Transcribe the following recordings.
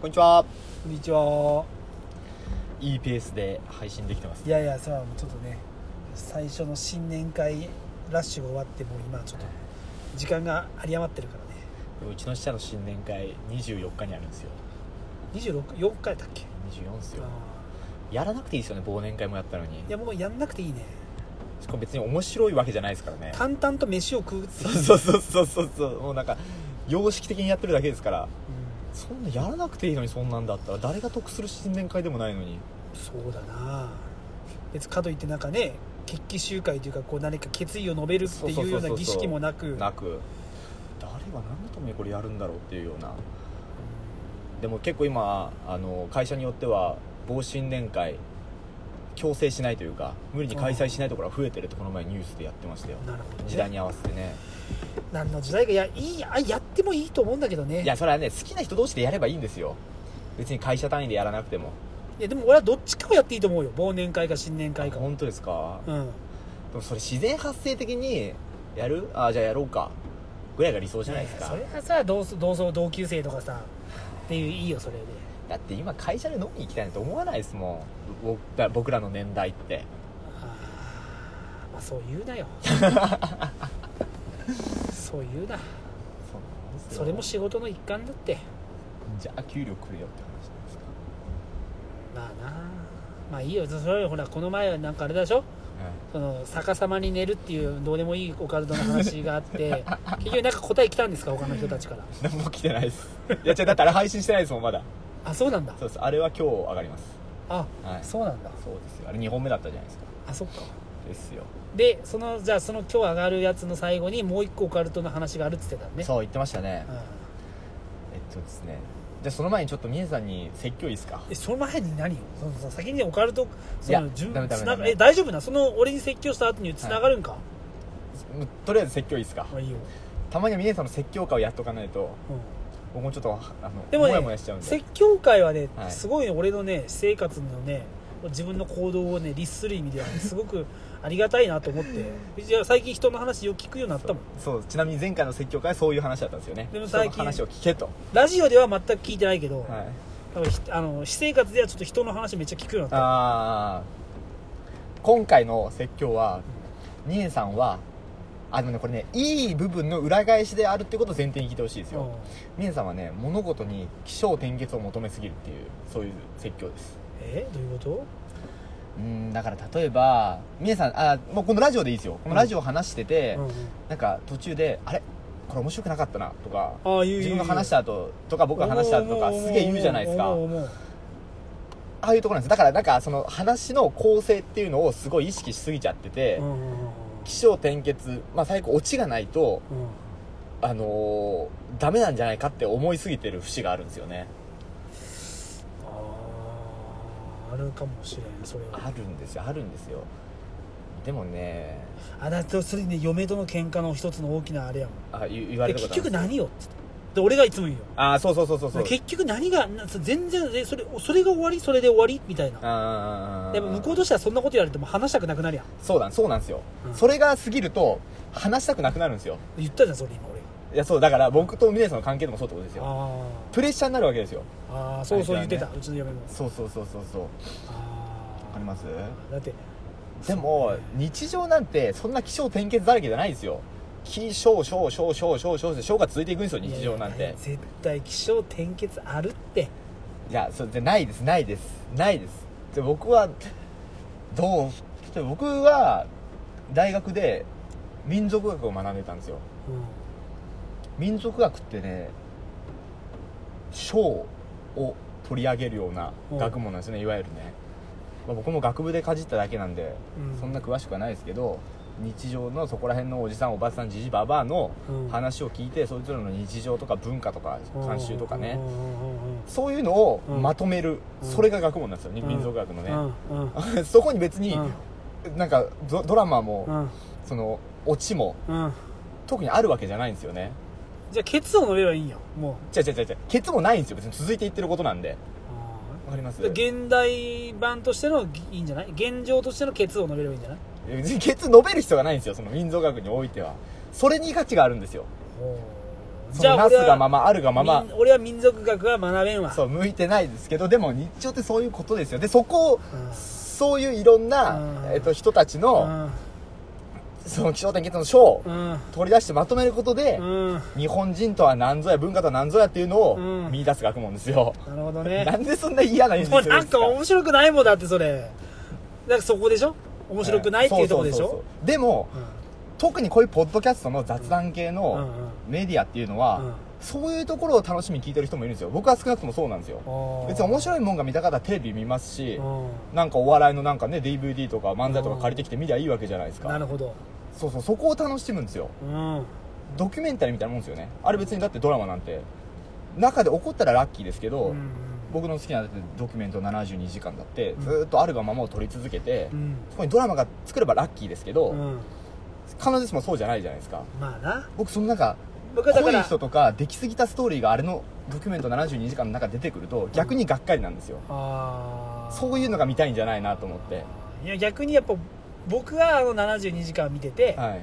こんにちはこんにちはいいペースで配信できてますいやいやそれはもうちょっとね最初の新年会ラッシュが終わってもう今ちょっと時間が有り余ってるからねうちの下の新年会24日にあるんですよ264回だっけ24ですよあやらなくていいですよね忘年会もやったのにーいやもうやんなくていいねしかも別に面白いわけじゃないですからね淡々と飯を食うっていそううそうそうそうそうそうもうなんか様式的にやってるだけですからうそんなやらなくていいのにそんなんだったら誰が得する新年会でもないのにんそうだな別かといってなんかね決起集会というかこう何か決意を述べるっていうような儀式もなくなく誰が何のためにこれやるんだろうっていうようなでも結構今あの会社によっては防新年会強制しないというか無理に開催しないところが増えてるってこの前ニュースでやってましたよなるほど、ね、時代に合わせてね何の時代がいやいいあやってもいいと思うんだけどねいやそれはね好きな人同士でやればいいんですよ別に会社単位でやらなくてもいやでも俺はどっちかをやっていいと思うよ忘年会か新年会か本当ですかうんでもそれ自然発生的にやるあじゃあやろうかぐらいが理想じゃないですかそれはさ同窓同窓同級生とかさっていういいよそれでだって今会社で飲みに行きたいなんて思わないですもんぼだ僕らの年代ってあーまあそう言 うなよそう言うなそれも仕事の一環だってじゃあ給料くれよって話じゃないですかまあなまあいいよそれほらこの前はなんかあれでしょその逆さまに寝るっていうどうでもいいオカルトの話があって 結局なんか答え来たんですか他の人たちから何も来てないですいや違うだってあれ配信してないですもんまだあそうなんだそうですあれは今日上がりますあ、はいそうなんだそうですよあれ2本目だったじゃないですかあそっかですよ、でそのじゃあその今日上がるやつの最後にもう一個オカルトの話があるっつってたのねそう言ってましたねうんえっとですねじゃあその前にちょっと峰さんに説教いいですかえその前に何そのその先にオカルトそいやのじゅダメダメつダなメえ大丈夫なその俺に説教した後に繋がるんか、うんとりあえず説教いいですかまあいいよ、たまには峰さんの説教会をやっとかないとう僕もちょっとあのん、でもモねヤモヤしちゃうんで説教会はね、はいすごい俺のね私生活のね自分の行動をね律する意味 ではね、すごくありがたいなと思ってじゃあ最近人の話よく聞くようになったもんそうちなみに前回の説教会はそういう話だったんですよねでも最近人の話を聞けと、ラジオでは全く聞いてないけど、はい、多分ひあの私生活ではちょっと人の話めっちゃ聞くようになっああ今回の説教はニエさんはあでもねこれねいい部分の裏返しであるってことを前提に聞いてほしいですた、うよんニエさんはね物事に起承転結を求めすぎるっていうそういう説教ですえどういうことうんだから例えばニエさんあもうこのラジオでいいですよこのラジオ話してて、うんうんなんか途中であれこれ面白くなかったなとかああいう自分が話した後とか僕が話した後とかすげえ言うじゃないですか思う思う思うああいうところなんですだからなんかその話の構成っていうのをすごい意識しすぎちゃってて、うんうんうん起承転結、まあ、最後オチがないと、うんうんあのーダメなんじゃないかって思いすぎてる節があるんですよねあーあるかもしれんそれはあるんですよあるんですよでもねあだとそれね嫁との喧嘩の一つの大きなあれやもんあ言言わでれたこと結ある局何よっつってで俺がいつも言うよああそうそうそうそうそう結局何がな全然でそれそれが終わりそれで終わりみたいなあーやっぱ向こうとしてはそんなことやられても話したくなくなるやんそうだそうなんですよ、うんそれが過ぎると話したくなくなるんですよ言ったじゃんそれ今俺いやそうだから僕と峰さんの関係でもそうってことですよあプレッシャーになるわけですよーあーそうそう言ってた、相うちの嫁もそうそうそうそうそうあーわかりますだってでも日常なんてそんな起承転結だらけじゃないですよ起承小小小小小小小が続いていくんですよ日常なんいやいてや絶対気象転結あるっていやそれでないですないですないですで僕はどうで僕は大学で民族学を学んでたんですよう民族学ってね章を取り上げるような学問なんですよねいわゆるね、まあ、僕も学部でかじっただけなんで、うんそんな詳しくはないですけど日常のそこら辺のおじさんおばさんじじばばあのうん話を聞いて、それぞれの日常とか文化とかん慣習とかね、うんうんうんうんそういうのをうんまとめる、うんそれが学問なんですよ、ねうん民族学のね、うんう んそこに別に、なんかドドラマも、うんそのオチもうん特にあるわけじゃないんですよねじゃあケツを飲めばいいんやも違う違う違う違うケツもないんですよ別に続いていってることなんでうわかりますで現代版としてのいいんじゃない現状としてのケツを飲めればいいんじゃない別にケツ述べる必要がないんですよその民族学においてはそれに価値があるんですよおーそのなすがままあるがままみん俺は民族学は学べんわそう向いてないですけどでも日常ってそういうことですよでそこをうんそういういろんうな、んえっと、人たちのその気象点結の書をうん取り出してまとめることでうんうん日本人とは何ぞや文化とは何ぞやっていうのうをん見出す学問ですよ、なるほ どなねんでそんな嫌な演も説うするんなでんすかか面白くないもんだってそれなんかそこでしょ面白くないっていうとこでしそそょうそうでもうん特にこういうポッドキャストの雑談系うのんうんメディアっていうのうはんそういうところを楽しみに聞いてる人もいるんですよ僕は少なくともそうなんですよあー別に面白いもんが見たかったらテレビ見ますしうなんかお笑いのなんかね DVD とか漫才とか借りてきて見りゃいいわけじゃないですんなかるほどそうそうそこを楽しむんですようんドキュメンタリーみたいなもんですよねあれ別にだってドラマなんて中で起こったらラッキーですけど、うん僕の好きなドキュメント72時間だってずーっとあるがままを撮り続けて、うんそこにドラマが作ればラッキーですけど、うん必ずしもそうじゃないじゃないですかまあな僕そのなんか僕はだ濃かいら人とか出来すぎたストーリーがあれのドキュメント72時間の中で出てくると逆にがっかりなんですよ、あーそういうのが見たいんじゃないなと思っていや逆にやっぱ僕はあの72時間見てて、はい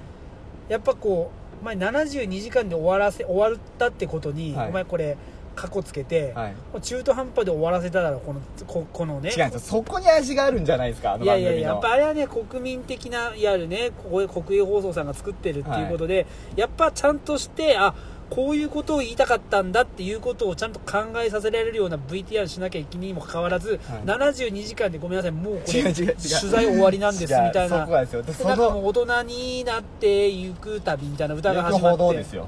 やっぱこう、まあ、72時間で終わらせ終わったってことに、はいお前これ過去つけて、はい中途半端で終わらせただろこのここのね違うんですよそこに味があるんじゃないですかあのいや番い組のやいややっぱあれはね国民的ないわゆるねここ国営放送さんが作ってるっていうことで、やっぱちゃんとしてあこういうことを言いたかったんだっていうことをちゃんと考えさせられるような VTR しなきゃいけないにもかかわらず、はい72時間でごめんなさいもうこれ違う違う違う取材終わりなんですみた違いうなそこがですよででそなんかのもう大人になってゆく旅みたいな歌が欲始まっ報道てですよ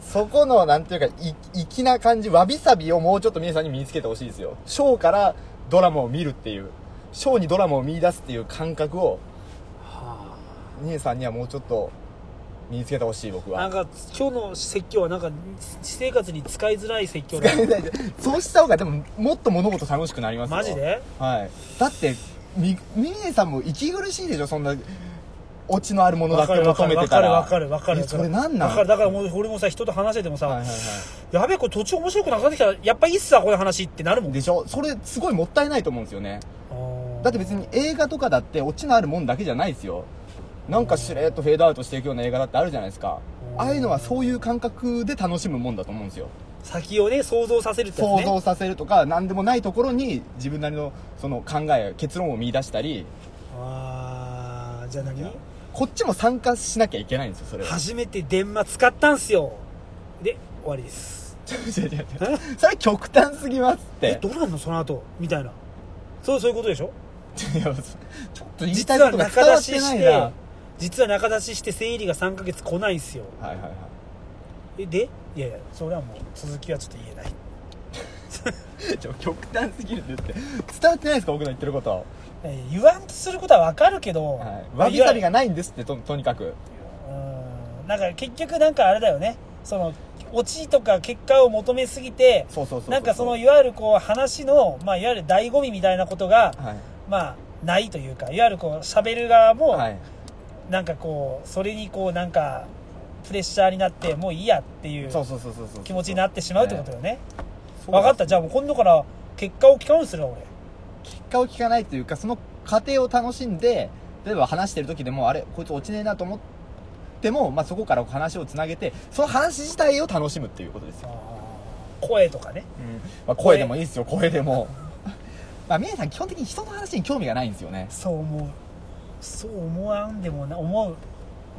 そこのなんていうかい粋な感じわびさびをもうちょっと皆さんに身につけてほしいですよショーからドラマを見るっていうショーにドラマを見出すっていう感覚をは姉さんにはもうちょっと身につけてほしい僕あなんはか今日の説教はなんか私生活に使いづらい説教だ使えないでそうした方がでももっと物事楽しくなりますよマジではいだってみミネさんも息苦しいでしょそんなオチのあるものだわけかるわ求かるめわてかたるらわかるわかるえそれなんなんわかるだからもう俺もさ人と話しててもさ、はいはいはやべえこれ途中面白くなくなってきたらやっぱいいっすわこの話ってなるもいんでしょそれすごいもったいないと思うんですよねあーだって別に映画とかだってオチのあるもんだけじゃないですよなんかしれっとフェードアウトしていくような映画だってあるじゃないですかうんああいうのはそういう感覚で楽しむもんだと思うんですよ先をね想像させるってやつ想ね像させるとか何でもないところに自分なりのその考え結論を見出したりああじゃあ何こっちも参加しなきゃいけないんですよそれは初めて電話使ったんすよで終わりです違う違う違う それ極端すぎますっえてどうなんのその後みたいなそうそういうことでしょいやそちょっと言いた実いこはとが中伝わ出ってしなしいなはて実は中出しして生理が3ヶ月来ないんすよいはいはいえでいやいやそれはもう続きはちょっと言えないちょ極端すぎるって言って伝わってないですか僕の言ってることえー言わんとすることはわかるけど、はいわびさびががないんですってととにかくうんなんか結局なんかあれだよねそのオチとか結果を求めすぎてそうそうそううなんかそのいわゆるこう話の、まあ、いわゆる醍醐味みたいなことが、はいまあないというかいわゆるこう喋る側も、はいなんかこうそれにこうなんかプレッシャーになってもういいやっていうそうそうそうそうそう気持ちになってしまうってことよねそう分かったじゃあもう今度から結果を聞かんようにするわ俺結果を聞かないというかその過程を楽しんで例えば話してる時でもあれこいつ落ちねえなと思っても、まあ、そこから話をつなげてその話自体を楽しむっていうことですよ、声とかねまあ、声でもいいですよ声でも まあ宮根さん基本的に人の話に興味がないんですよねそう思うそう思わんでもな思う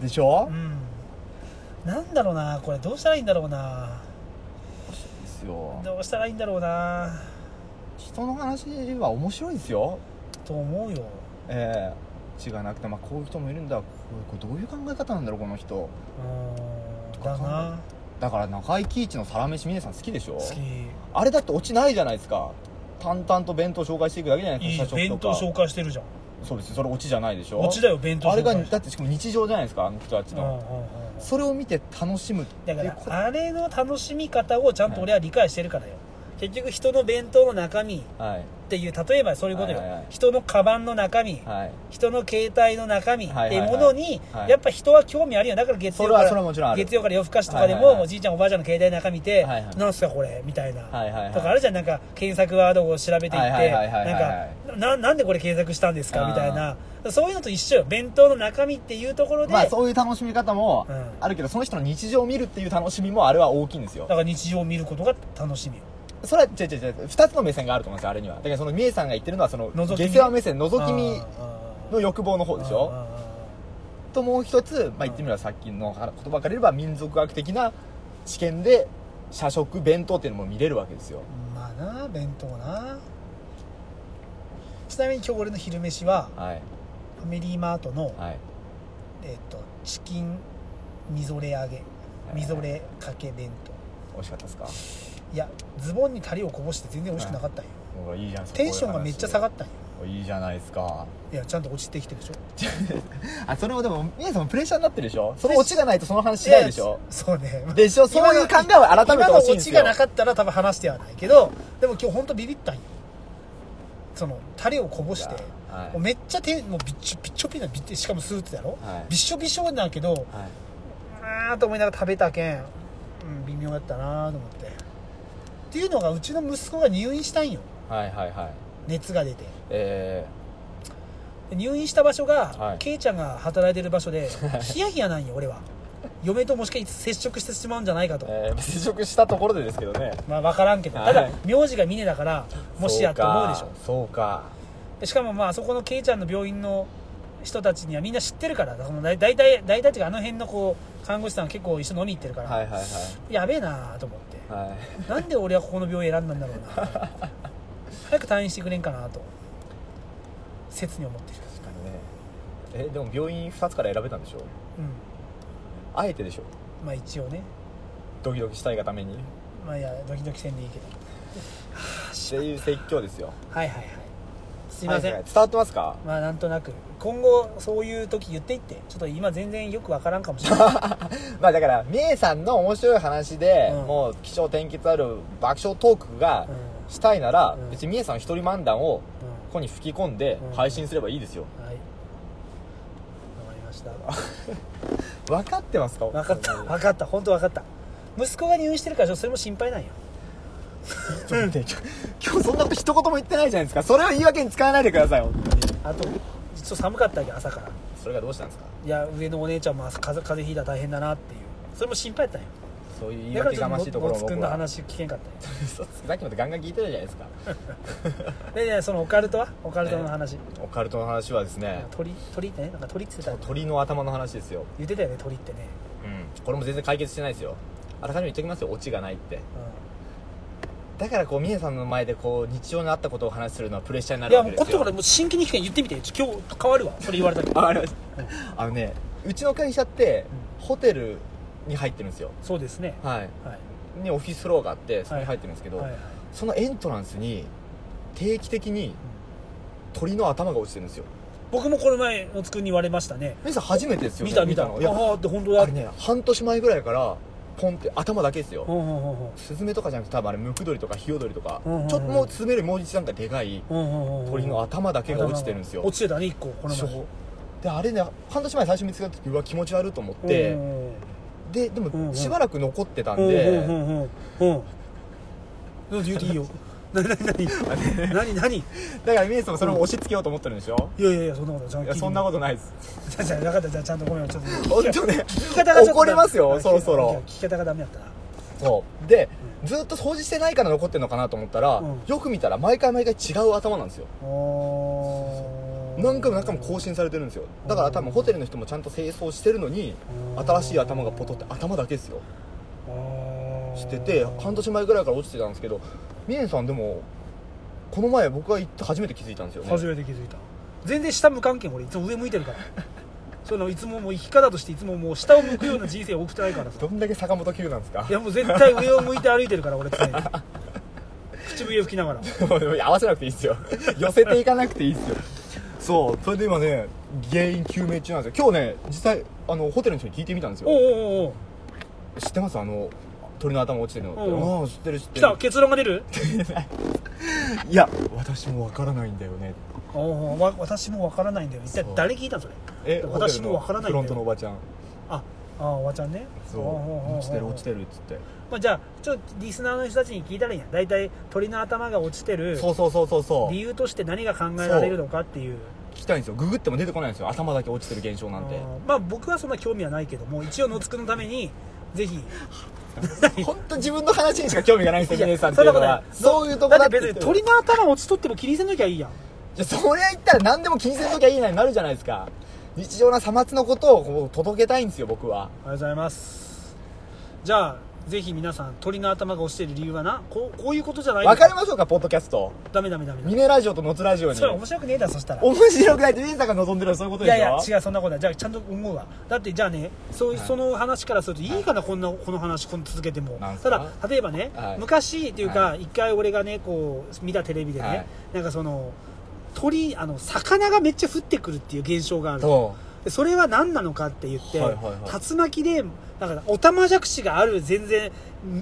でしょ、うんなんだろうなこれどうしたらいいんだろうなですよどうしたらいいんだろうな人の話は面白いですよと思うよええ違うなくて、まあ、こういう人もいるんだこうこれどういう考え方なんだろうこの人うーんだなだから中井貴一のサラメシ峰さん好きでしょ好きあれだって落ちないじゃないですか淡々と弁当紹介していくだけじゃないいですいかよ社弁食当とか紹介してるじゃんそうですよそれ落ちじゃないでしょオチだよ弁当紹あれ介がだってしかも日常じゃないですかあの人たちうんうんうんの、それを見て楽しむってだかいうらことあれの楽しみ方をちゃんと俺は理解してるからよ、結局人の弁当の中身っはいていう例えばそういうことよ、はいはいはい人のカバンの中身、はい人の携帯の中身っはいはいてはいものにはいやっぱ人は興味あるよだから月そ曜れかはそれはもちろんあらる月曜から夜更かしとかではいはいはいもおじいちゃんおばあちゃんの携帯の中見てはいは「いなんすかこれ」みたいなはいはいはいとかあるじゃんなんか検索ワードを調べていってはいはいはいはいはいはなんかななんでこれ検索したんですかあーみたいなそういうのと一緒よ弁当の中身っていうところでまあだかそういう楽しみ方もうんあるけど、その人の日常を見るっていう楽しみもあれは大きいんですよら日常を見ることが楽しみよそれは違う違う違う2つの目線があると思うんですよあれにはだからそのみえさんが言ってるのはその覗き見下世話目線覗き見あーあーの欲望の方でしあーょあーともう一つ、まあ、言ってみればさっきの言葉から言えば民族学的な知見で社食弁当っていうのも見れるわけですよまあな弁当なちなみに今日俺の昼飯ははいファミリーマートの、はいえっとチキンみぞれ揚げみぞれかけ弁美味しかったですか当いやズボンにタレをこぼして全然美味しくなかったんよほらいいじゃんテンションがめっちゃ下がったんよるいいじゃないですかいやちゃんと落ちてきてるでしょあそれもでもみえさんもプレッシャーになってるでしょそのオチがないとその話しないでしいやょそうねでしょそういう考えを改めてほしいんですよ今のオチがなかったら多分話してはないけどでも今日本当ビビったんよそのタレをこぼして、はいもうめっちゃ手もうびっちょびっちょびっちょしかもスーツだろ、はいびっしょびっしょなんだけどはい、あーと思いながら食べたけん、うん、微妙だったなーと思ってっていうのがうちの息子が入院したんよはいはいはい熱が出てえで入院した場所が、はいケイちゃんが働いてる場 所でヒヤヒヤなんよ俺は嫁ともしかして接触してしまうんじゃないかとー、えー、接触したところでですけどねまあ分からんけどはたいだ名字が峰だからもしやと思うでしょそうかでしかもまああそこのケイちゃんの病院の人たちにはみんな知ってるからその大大体大体っていうかあの辺のこう看護師さんは結構一緒に飲み行ってるかそうら、かはいはいやべえなと思ってはいはいなんで俺はここの病院選んだんだろう な早く退院してくれんかなと切に思ってる確かにね えでも病院2つから選べたんでしょうあえてでしょんまあ一応ねドキドキしたいがためにっまあいやドキドキせんでいいけどていう説教ですよはいはいはいすいません、はいはい伝わってますかまあなんとなく今後そういう時言っていってちょっと今全然よくわからんかもしれ ないまあだからみえさんの面白い話で、うんもう気象転結ある爆笑トークがうんしたいなら、うん別にみえさん一人漫談をここに吹き込んでうん配信すればいいですよ、うんはいわかりました分かってますかわかったわかった本当わかった息子が入院してるからそれも心配なんよちょっと待って 今日今日そんなこと一言も言ってないじゃないですかそれを言い訳に使わないでください本当にあとちょっと寒かったけど朝からそれがどうしたんですかいや上のお姉ちゃんも朝風風邪ひいたら大変だなっていうそれも心配やったんよそういう言いだから訳ちょがっましいととこもろつをくん僕のは話聞けんかった嘘つきさっきまでガンガン聞いてるじゃないですかよでねそのオカルトはオカルトの話、オカルトの話はですね鳥鳥ってねなんか鳥って言ってたよね鳥の頭の話ですよ、言ってたよね鳥ってね、うん、これも全然解決してないですよあらかじめ言っておきますよオチがないってう、だからこうミネさんの前でこう日常にあったことをお話しするのはプレッシャーになんいるやわもけでうこっすちよからもう真剣に聞け言ってみてちょ今日変 わるわそれ言われたけどあありましたあのねうちの会社ってホテルに入ってるんですよそうですねはいはいにオフィスフロアがあってそこに入ってるんですけど、はいはいそのエントランスに定期的に鳥の頭が落ちてるんですよ僕もこの前おつくんに言われましたね皆さん初めてですよね見た見たああのいやーって本当だあれね半年前ぐらいからポンって頭だけですうよんうんうんうんスズメとかじゃなくて多分あれムクドリとかヒヨドリとかちうんうょんうっんともうスズメよりもう一段階でかいうんうんうん鳥の頭だけが落ちてるんですよ落ちてたね一個この前そうであれね半年前最初見つけた時うわ気持ち悪いと思っうてんうんうんででうんうもんしばらく残ってたんうんうでんうんうんうんうん言うていいよなになになになになにいだから皆さんもそれを押し付けようと思ってるんでしょやいやいやそんなことじゃいやそんなこことないですとじゃあ分かったじゃあちゃんとごめんちょっと本当ね聞き方がちょっと怒りますよあそろそろ聞き方がダメだったなそうでうずっと掃除してないから残ってるのかなと思ったらうんよく見たら毎回毎回違う頭なんですよおー何回も何回も更新されてるんですよだから多分ホテルの人もちゃんと清掃してるのに新しい頭がポトって頭だけですよおーしてて半年前ぐらいから落ちてたんですけどミネさんでもこの前僕が行って初めて気づいたんですよね初めて気づいた全然下向かんけん俺いつも上向いてるからそのいつももう生き方としていつももう下を向くような人生を送ってないからさどんだけ坂本九なんですか いやもう絶対上を向いて歩いてるから俺常に口笛吹きながら合わせなくていいですよ 寄せていかなくていいですよそうそれで今ね原因究明中なんですよ今日ね実際あのホテルの人に聞いてみたんですおうよおうおう知ってますあの鳥の頭落ちてるのって、うんああ知ってる知って来るた結論が出るいや私もわからないんだよねおおわ私もわからないんだよ一体誰聞いたのそれえ私もわからないんだホテルのフロよントのおばちゃんああおばちゃんねおうおうおそうおう落ちてる落ちてるっつってまあ、じゃあちょっとリスナーの人たちに聞いたらいいや大体鳥の頭が落ちてるそうそうそうそうそう理聞由として何が考えられるのかっていうきたいんですよググっても出てこないんですよ頭だけ落ちてる現象なんてあーまあ僕はそんな興味はないけども一応野津くんのためにぜひ本当自分の話にしか興味がないんですよいや峰さんっていうのはそそういうとこだだっってて言っ別にてる鳥の頭落ちとっても気にせなきゃいいやんいやそれ言ったら何でも気にせんときゃいいなになるじゃないですか日常なさまつのことをこう届けたいんですよ僕はありがとうございますじゃあぜひ皆さん鳥の頭が落ちてる理由はなこうこういうことじゃないわかりましょうかポッドキャストダメダメダメダミメネラジオとノツラジオにそれ面白くねえだろそしたら面白くないってミネさんが望んでるのはそういうこといでしょやいや違うそんなことないじゃあちゃんと思うわだってじゃあねそう、はいその話からするといいかな、こんなこの話こん続けてもなんすたかだ例えばね、はい昔っていうか、は一回俺がねこう見たテレビでね、はいなんかその鳥あの魚がめっちゃ降ってくるっていう現象があるそでそれは何なのかって言って、はいはいはい竜巻でなんかおたまじゃくしがある全然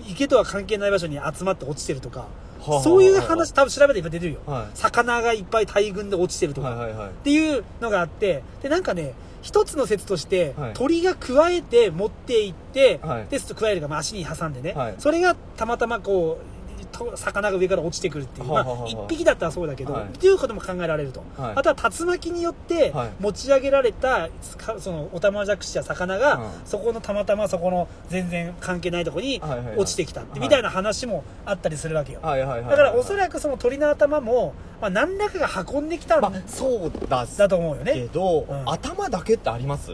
池とは関係ない場所に集まって落ちてるとか、はあはあそういう話多分調べて今出てるよ、はい魚がいっぱい大群で落ちてるうとか、はいはいっていうのがあってでなんかね一つの説として、はい鳥がくわえて持っていって、はいでくわえるが、まあ、足に挟んでね、はいそれがたまたまこうと魚が上から落ちてくるっていう、まはああはあはあ、 1匹だったらそうだけど、はいっていうことも考えられると、はいあとは竜巻によってはい持ち上げられたつかそのオタマジャクシや魚が、うんそこのたまたまそこの全然関係ないとこにはいはいはい落ちてきたって、はいみたいな話もあったりするわけよ、はいはいはいだからおそくらくその鳥の頭も、まあ、何らかが運んできたんまあそうだっすだと思うよけねど、うん頭だけってあります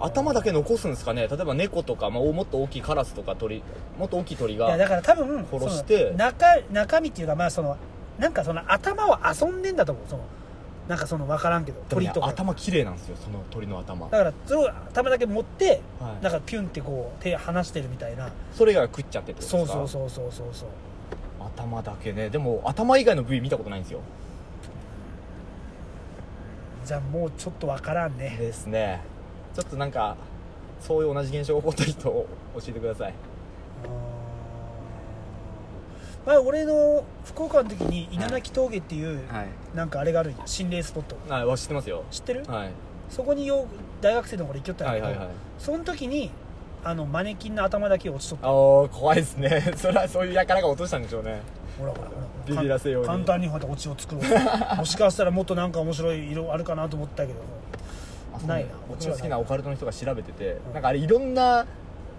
頭だけ残すんですかね例えば猫とか、まあ、もっと大きいカラスとか鳥もっと大きい鳥いやがだから多分殺してその中中身っていうかまあそのなんかその頭を遊んでんだと思うそのなんかその分からんけどでもね鳥とか、頭綺麗なんですよその鳥の頭、だからそれを頭だけ持ってはいなんかピュンってこう手離してるみたいなそれ以外は食っちゃってってことそでうすかそうそうそうそうそう頭だけねでも頭以外の部位見たことないんですよじゃあもうちょっと分からんねですねちょっとなんかそういう同じ現象が起こった人を教えてくださいうーんまあ俺の福岡の時に稲垣峠っていうはいなんかあれがあるんや心霊スポットあわ知ってますよ知ってるはいそこによう大学生の頃行きよったんはやけいど、はいはいその時にあのマネキンの頭だけ落ちとったあー怖いですね それはそういう輩が落としたんでしょうねほらほらほらビビらせようにかん簡単にこうやってオチを作ろう もしかしたらもっとなんか面白い色あるかなと思ったけどあそうないな僕の好きなオカルトの人が調べてて、うんなんかあれいろんな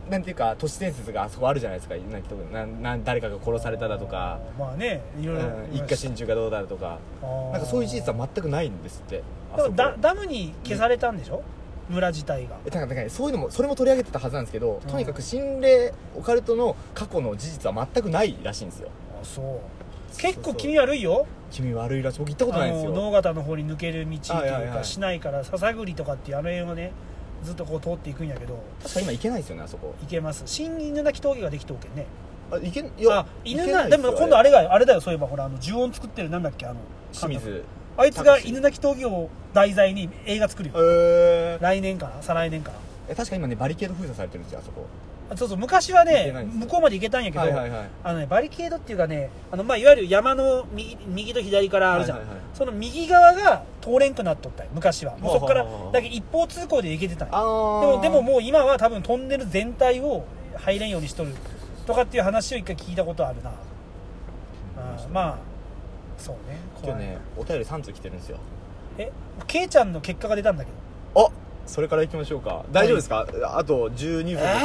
なんていうか都市伝説があそこあるじゃないですかなんかなんなん誰かが殺されただとか、まあねいろういろ、ん、一家心中がどうだとかななんかそういう事実は全くないんですってあそこダダムに消されたんでしょ、村自体がえだからだからそういうのもそれも取り上げてたはずなんですけどうんとにかく心霊オカルトの過去の事実は全くないらしいんですよあそう結構気味悪いよ気味悪いらしい僕行ったことないんですあのよ能方の方に抜ける道っていうか、はいはいはい市内から笹栗とかっていうあの辺をねずっとこう通っていくんやけど確か今行けないですよねあそこ行けます新犬鳴き峠ができとおけんねあ行けいあ犬行けなないですもよ今度あれがあれだよそういえばほらあの呪音作ってるなんだっけあの清水あいつが犬鳴き峠を題材に映画作るよえー来年かな再来年かなえ確か今ねバリケード封鎖されてるんですよあそこあそうそう昔は行けねないんですよ向こうまで行けたんやけど、はいはいはいあのね、バリケードっていうかねあの、まあ、いわゆる山の右右と左からあるじゃん、はいはいはいその右側が通れんくなっとったよ昔はもうそこからはあはあはあだけ一方通行で行けてたんあよでーもでももう今は多分トンネル全体を入れんようにしとるとかっていう話を一回聞いたことあるな、あーまあそうね今怖い日ねお便り3通来てるんですよえケイちゃんの結果が出たんだけどあそれから行きましょうか大丈夫ですかあと12分ですけどえ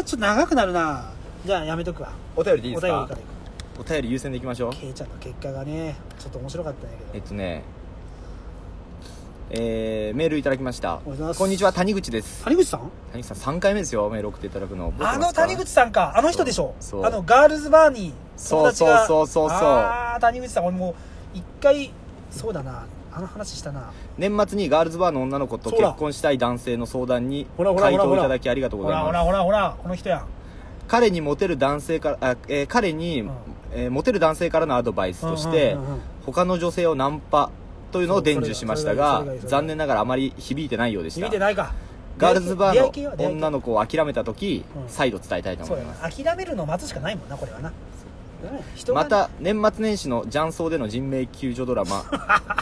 ー、ちょっと長くなるなじゃあやめとくわお便りでいいでおす便りかからいこお便り優先でいきましょううケイちゃんの結果がねちょっと面白かったんやけどえっとね、えーメールいただきました。りがとうございますこんにちは、谷口です。谷口さん谷口さん、3回目ですよ、メール送っていただくの。あの谷口さんかあの人でしょそうあのガールズバーに友達がそうそうそうそうそうああ谷口さん俺もう一回そうだなあの話したな年末にガールズバーの女の子とそうだ結婚したい男性の相談にほらほら回ほら答ほいらただきありがとうごほざいらほまらす。ほらほらこの人やん彼にモテる男性から、あえー彼に、うんえーモテる男性からのアドバイスとして、うんうんうんうん他の女性をナンパというのを伝授しましたがそうそれがそれがそれが残念ながらあまり響いてないようでし響たいてないかガールズバ出会い系はー出会のい系女の子を諦めた時、うん再度伝えたいとそう思だいよます諦めるのを待つしかないもんなこれはな、うん人がまた年末年始の雀荘での人命救助ドラ マ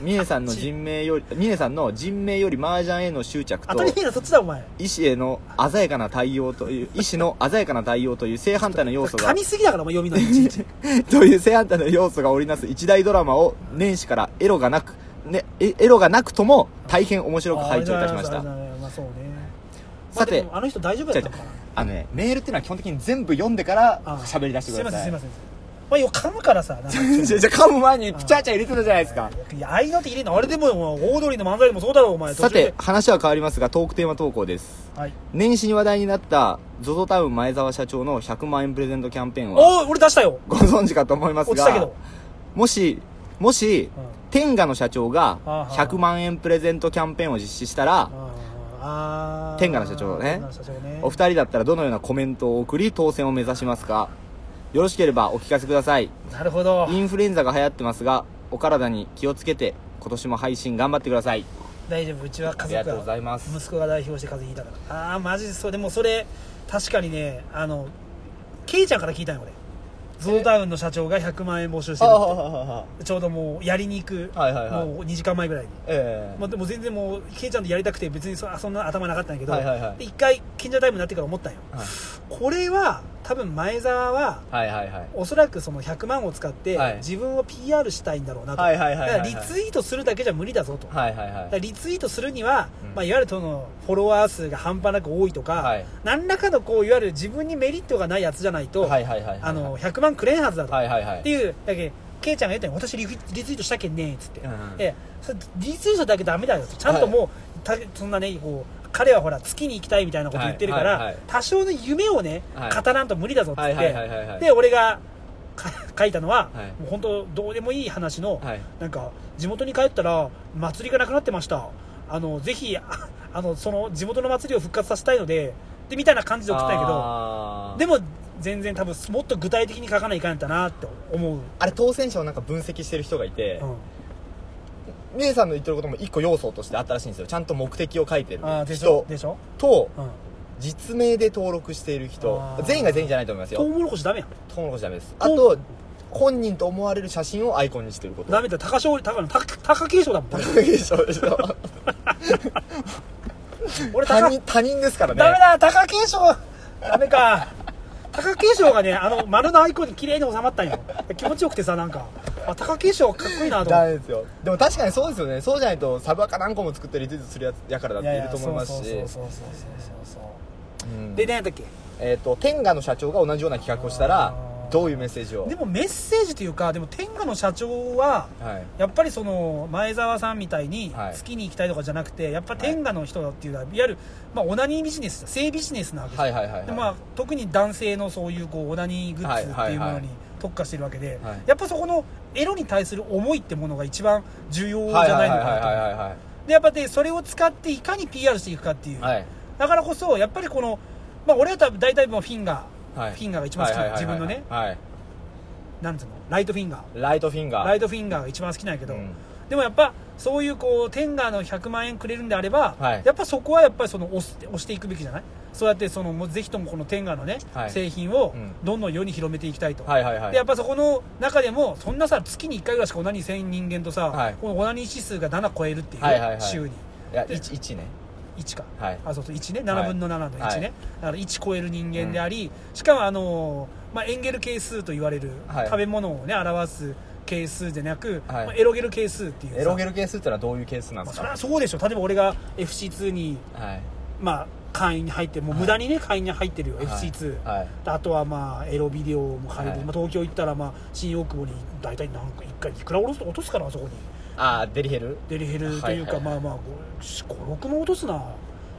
ミネさんの人命よりミネさんの人命より麻雀への執着当とたり前だそっちだお前医師への鮮やかな対応という医師の鮮やかな対応という正反対の要素噛がみすぎだからお前読みのいちいちという正反対の要素が織りなす一大ドラマを年始からエロがなく、ね、えエロがなくとも大変面 白く拝聴いたしましあたれだねまあそうねさてまあでもあの人大丈夫だったのかなあのねメールっていうのは基本的に全部読んでからああ喋り出してくださいすいませんすいません まあよ噛むからさなんかじゃじゃ噛む前にプチャーチャー入れてたじゃないですかいやあいのって入れんのあれでももうオードリーの漫才でもそうだろお前さ途て中話は変わりますがトークテーマ投稿ですではい年始に話題になった ZOZO タウン前澤社長の100万円プレゼントキャンペーンはおお俺出したよご存知かと思います落ちたけがど、もしもしうん天下の社長があはあ100万円プレゼントキャンペーンを実施したらあー天下の社長ね天下の社長ねお二人だったらどのようなコメントを送り当選を目指しますかよろしければお聞かせくださいなるほどインフルエンザが流行ってますがお体に気をつけて今年も配信頑張ってください大丈夫うちは家あ族りがとうございます息子が代表して風邪ひいたからああーマジでそうでもそれ確かにねあのケイちゃんから聞いたんよ俺ゾウタウンの社長が100万円募集してるあっあてちょうどもうやりに行く、はいはいはいもう2時間前ぐらいに、えまあ、でも全然もうケイちゃんとやりたくて別にそあそんな頭なかったんやけど、はいはいはいで一回近所タイムになってから思ったんよはいこれは多分前澤ははいはいはいおそらくその100万を使ってはい自分を PR したいんだろうなと、はいはいはいはいはいだからリツイートするだけじゃ無理だぞと、はいはいだかはらいリツイートするには、うんまあ、いわゆるそのフォロワー数が半端なく多いとか、はい何らかのこういわゆる自分にメリットがないやつじゃないと、はいはいはいはいあの100万くれんはずだと、はいはいはいっていうだけケイちゃんが言ったように私リフリツイートしたけんねっつって、うんうんええそれリツイートだけダメだよとちゃんともう、たそんなねこう彼はほら月に行きたいみたいなこと言ってるから、はいはいはい多少の夢をね、はい語らんと無理だぞっつって、はいはいはいはいはいで俺がか書いたのは、はいもう本当どうでもいい話の、はいなんか地元に帰ったら祭りがなくなってましたあのぜひああのその地元の祭りを復活させたいのででみたいな感じで送ったんやけどあーでも全然多分もっと具体的に書かないかんやったなって思う、あれ当選者をなんか分析してる人がいてうん姉さんの言ってることも一個要素としてあったらしいんですよちゃんと目的を書いてるあーでしょ人でしょ、とうん、実名で登録している人あー全員が全員じゃないと思いますトウよモロコシダメやんトウモロコシダメですあトウと本人と思われる写真をアイコンにしてることダメだ高勝高高高景勝だも んでしょでしょ 俺他高、人他人ですからねダメだ高景勝ダメか高景勝がねあの丸のアイコンに綺麗に収まったんよ気持ちよくてさなんかあ高景勝かっこいいなと思 っダてメですよでも確かにそうですよねそうじゃないとサブアカ何個も作ってリツイートするやつやからだっていると思いますしそうそうそうそうそうそううんで何やったっけえっと天下の社長が同じような企画をしたらあーどういうメッセージをでもメッセージというかでも天下の社長ははいやっぱりその前澤さんみたいにはい月に行きたいとかじゃなくて、やっぱ天下の人っていうのはいわゆる、まあ、オナニービジネス性ビジネスなわけです、はいはいはいはいでまあ、特に男性のそういうこうオナニーグッズっていうもはいはいのはいに特化してるわけで、はいやっぱそこのエロに対する思いってものが一番重要じはいゃはないいはのいかなとはい思うはいはでやっぱでそれを使っていかに PR していくかっていう、いはいだからこそやっぱりこの、まあ、俺は多分大体もうフィンガー、はいフィンガーが一番好きなはいのはい自分のね、はいはいなんつうのライトフィンガーライトフィンガーライトフィンガーが一番好きなんやけど、うんでもやっぱそういうこうテンガーの100万円くれるんであれば、はいやっぱそこはやっぱりその押す押していくべきじゃないそうやってそのもうぜひともこのテンガーのね、はい製品をうんどんどん世に広めていきたいと、はいはいはいでやっぱそこの中でもそんなさ月に1回ぐらいしかオナニーせん人間とさ、はいこのオナニー指数が7超えるっていう、はいはいはい週にいや一一ね1か、はいあそうそう1ねはい7分の7の1ね、はいだから1超える人間であり、しかもあのー、まあ、エンゲル係数と言われる、はい食べ物をね表す係数でなく、はいまあエロゲル係数っていうさエロゲル係数ってのはどういう係数なんでまあ、すそれはかそうでしょ例えば俺が FC2 に、はいまあ、会員に入ってもうはい無駄にね、会員に入ってるよ、FC2 はいあとはまあエロビデオも借りる、はいまあ、東京行ったらまあ新大久保に大体何回1回いくら落とす落とすかなあそこにああデリヘルデリヘルというか、はいはいはいまあまあ56も落とすな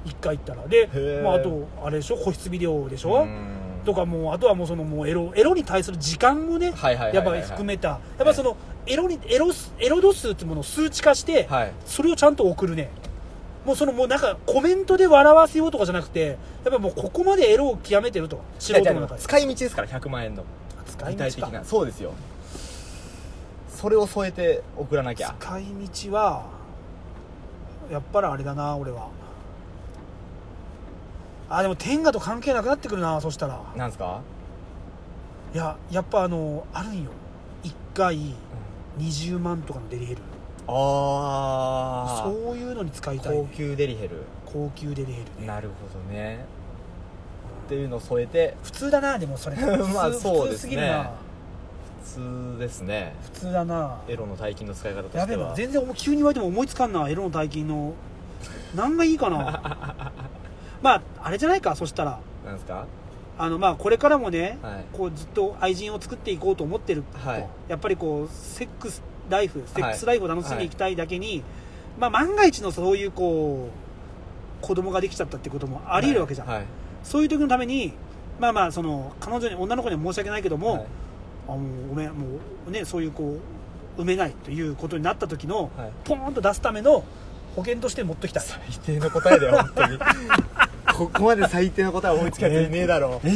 1回行ったらでー、まあ、あとあれでしょ個室ビデオでしうょんとかもうあとはもうそのもうエロエロに対する時間もねはいはいはいやはいっぱはいり含めたやっぱそのエロにエロスエロ度数っていうものを数値化して、はいそれをちゃんと送るねもうそのもうなんかコメントで笑わせようとかじゃなくてやっぱもうここまでエロを極めてると素人の中で使い道ですから100万円の使具い体道的かなそうですよそれを添えて送らなきゃ使い道はやっぱりあれだな俺はあでも天下と関係なくなってくるなそしたらなんですか、いややっぱあのあるんよ1回20万とかのデリヘルああそういうのに使いたい、高ね、級デリヘル高級デリヘルねなるほどねっていうのを添えて普通だなでもそれ まあ普通そうで普通すねすぎるな普通ですね普通だなエロの大金の使い方とやしべてえなは全然思い急に言われても思いつかんなエロの大金の何がいいかな まああれじゃないかそしたらなんですかあのまあこれからもね、はいこうずっと愛人を作っていこうと思ってると、はいやっぱりこうセックスライフセックスライフを楽しんでいきたいだけに、まあ、万が一のそういうこう子供ができちゃったってこともありえるわけじゃん、はいはいそういう時のためにまあまあその彼女に女の子には申し訳ないけども、はいあもうごめんもうねそういうこう埋めないということになった時の、はいポーンと出すための保険として持ってきたい最低の答えだよ本当に ここまで最低の答えは思いつきやついねえだろえ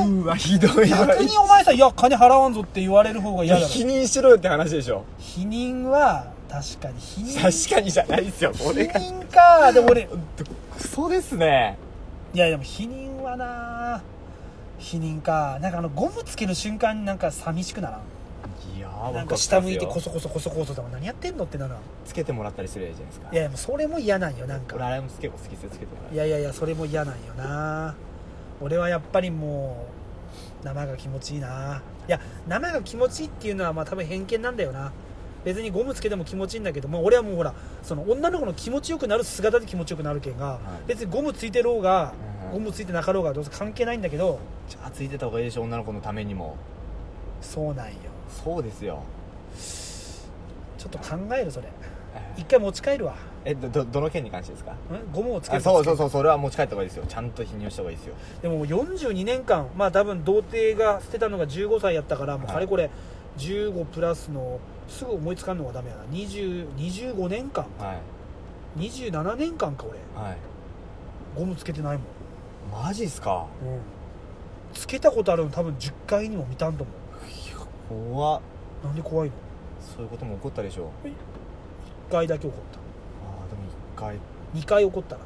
えうわひどいわ逆にお前さ「いや金払わんぞ」って言われる方がい嫌やだろ否認しろよって話でしょ否認は確かに否認確かにじゃないですよこれ否認かでも俺クソですねいやでも否認はな否認かなんかあのゴムつける瞬間になんか寂しくならんいやーワなんクかワクし下ます向よいてこそこそこそこそだもん何やってんのってならんいつけてもらったりするじゃないですかやいやもうそれも嫌なんよなん俺かあれもつけ好きですよつけてもらういやいやいやそれも嫌なんよな俺はやっぱりもう生が気持ちいいないや生が気持ちいいっていうのはまあ多分偏見なんだよな別にゴムつけても気持ちいいんだけども俺はもうほらその女の子の気持ちよくなる姿で気持ちよくなるけんが、い別にゴムついてろうが、うんゴムついてなかろうがどうせ関係ないんだけどじゃあついてた方がいいでしょ女の子のためにもそうなんよそうですよちょっと考えるそれえ一回持ち帰るわえどどどの件に関してですかんゴムをつけあるそうそうそうそれは持ち帰った方がいいですよちゃんと否認をした方がいいですよでももう42年間まあ多分童貞が捨てたのが15歳やったからもうはいかれこれ15プラスのすぐ思いつかんのがダメやな20 25年間はい27年間か俺はいゴムつけてないもマジっすかん、つけたことあるの多分10回にも見たんと思怖っうなんで怖いのそういうことも起こったでしょ1回だけ怒っあたあでも一回2回怒ったな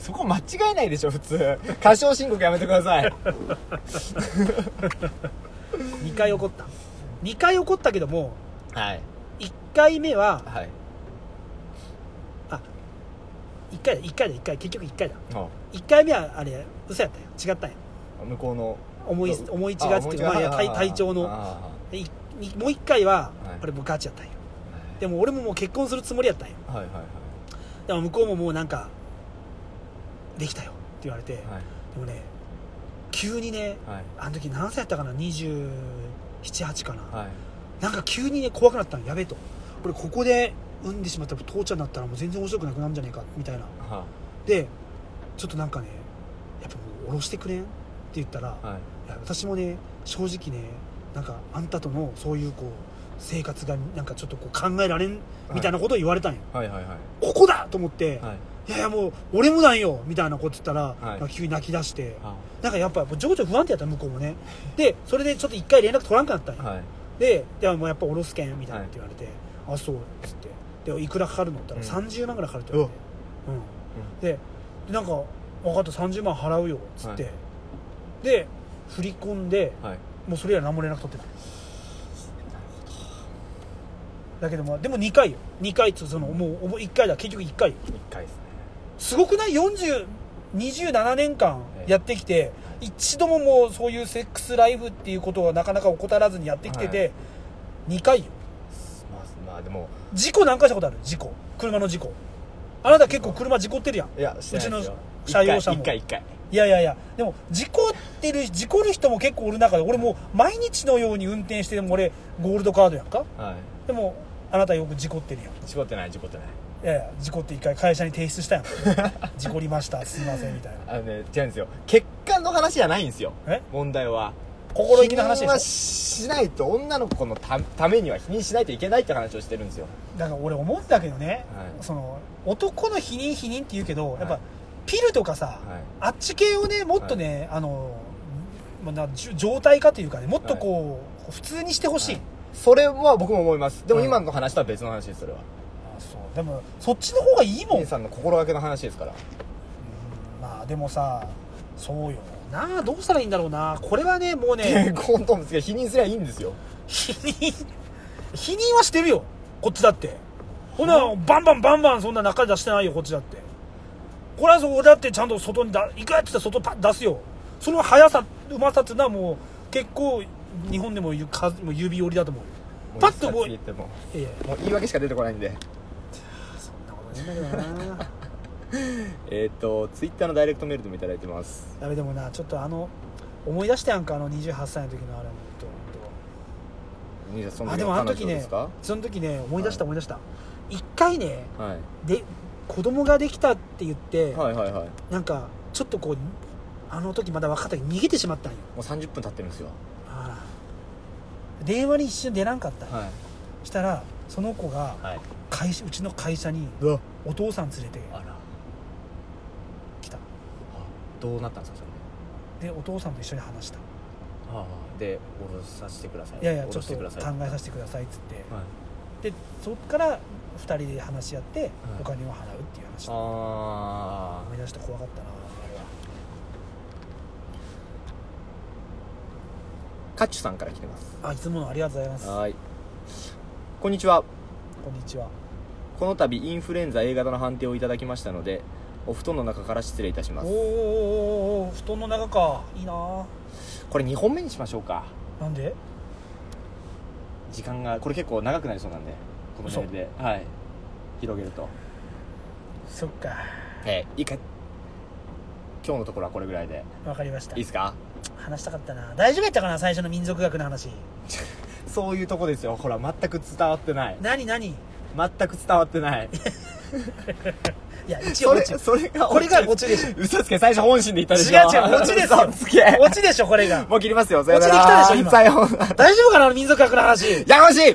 そこ間違えないでしょ普通 過少申告やめてくだ さい2回怒った2回怒ったけどもはい1回目ははい1回だ1回だ1回結局1回だあ1回目はあれ嘘やったよ違ったんよ向こうの思いど思い違っていうかまあいや体体調のあでいにもう1回ははい俺もうガチやったんよーでも俺ももう結婚するつもりやったんよはいはいはいでも向こうももうなんかできたよって言われて、はいでもね急にねはいあの時何歳やったかな278かな、はいなんか急にね怖くなったのやべえと俺ここで産んでしまったら父ちゃんだったらもう全然面白くなくなるんじゃねえかみたいなはでちょっとなんかねやっぱもう下ろしてくれんって言ったら、はいいや私もね正直ねなんかあんたとのそういうこう生活がなんかちょっとこう考えられんみたいなことを言われたんよ、はいはいはいここだと思って、はいい、やいやもう俺もなんよみたいなこと言ったら、いなんか急に泣き出してあなんかやっぱ情緒不安定やった向こうもねでそれでちょっと一回連絡取らんくなったんよ、はいで「でもうやっぱおろすけん」みたいなって言われて「あそう」っつって「でいくらかかるの?」って言ったらう30万ぐらいかかるって言われて、うんででなんか「分かった30万払うよ」っつって、はで振り込んではいもうそれ以来何も連絡取ってないだけどもでも2回よ2回っつうそのもう1回だ結局1回よ一回ですねすごくない4027年間ええやってきて一度ももうそういうセックスライフっていうことはなかなか怠らずにやってきてて、2回よまあまあでも事故何回したことある事故車の事故あなた結構車事故ってるやんいやしてないですようちの車用車も一回一回一いやいやいやでも事故ってる事故る人も結構おる中で俺もう毎日のように運転してでも俺ゴールドカードやんか回はいでもあなたよく事故ってるやん事故ってない事故ってないいやいや事故って一回会社に提 出したやん事故りましたすいませんみたいなあのね違うんですよ結果の話じゃないんですよえ問題は心意気の話否認はでししないと女の子のたためには否認しないといけないって話をしてるんですよょだから俺思うんだけどね、はいその男の否認否認って言うけどやっぱ、はいピルとかさ、はいあっち系をねもっとね、あのまあなじゅ状態化というかねもっとこう、普通にしてほしい、はいそれは僕も思いますでもうん今の話とは別の話ですそれはあそうでもそっちの方がいいもん、兄さんの心がけの話ですからまあでもさそうよなあどうしたらいいんだろうなこれはねもう 結ね婚とんですけど否認すりゃいいんですよ否認 否認はしてるよこっちだってほなバンバンバンバンそんな中出してないよこっちだってこれはそうだってちゃんと外にだ行くやつって外パッ出すよその速さうまさっていうのはもう結構日本でもゆかもう指折りだと思うよパッとももうういつか次行ってもいやいもう言い訳しか出てこないんでやそんなことないんだけどなえっ、とツイッターのダイレクトメールでもいただいてますダメでもなちょっとあの思い出してやんかあの28歳の時のあれもと思うと兄さんそのあ時でのも彼あの女時ねですかその時ね思い出したは思い出した一回ねはいで子供ができたって言って、はいはいはいもなんかちょっとこうあの時まだ若かったけど逃げてしまったんよう30分経ってるんですよあら電話に一瞬出らんかった、はしたらその子がいはいう会社うちの会社にわお父さん連れてあらきたどうなったんですかそれでお父さんと一緒に話したいああで降ろさせてくださいやいや降ちょろっしとて考くだえさいさせてくださいっつって、はいでそっから2人で話し合ってお金を払うっていう話、あ思い出して怖かったなあれはあカッチュさんから来てますあいつものありがとうございますはいこんにちはこんにちはこの度インフルエンザ A 型の判定をいただきましたのでお布団の中から失礼いたしまおーすおーおーおー布団の中かいいなあこれ2本目にしましょうかなんで時間がこれ結構長くなりそうなんでこのメールではい広げるとそっかえー、いいか今日のところはこれぐらいでわかりましたいいですか話したかったな大丈夫やったかな最初の民族学の話そういうとこですよほら全く伝わってない何何い全く伝わってないや一そ応オれチそれがこれがオチでしょ嘘つけ最初本心で言 ったでしょ違う違うオチですよ嘘つけオチでしょこれがもう切りますよさよなオチで来たらでしょ今さようなら大丈夫かなあの民族学の話やかましい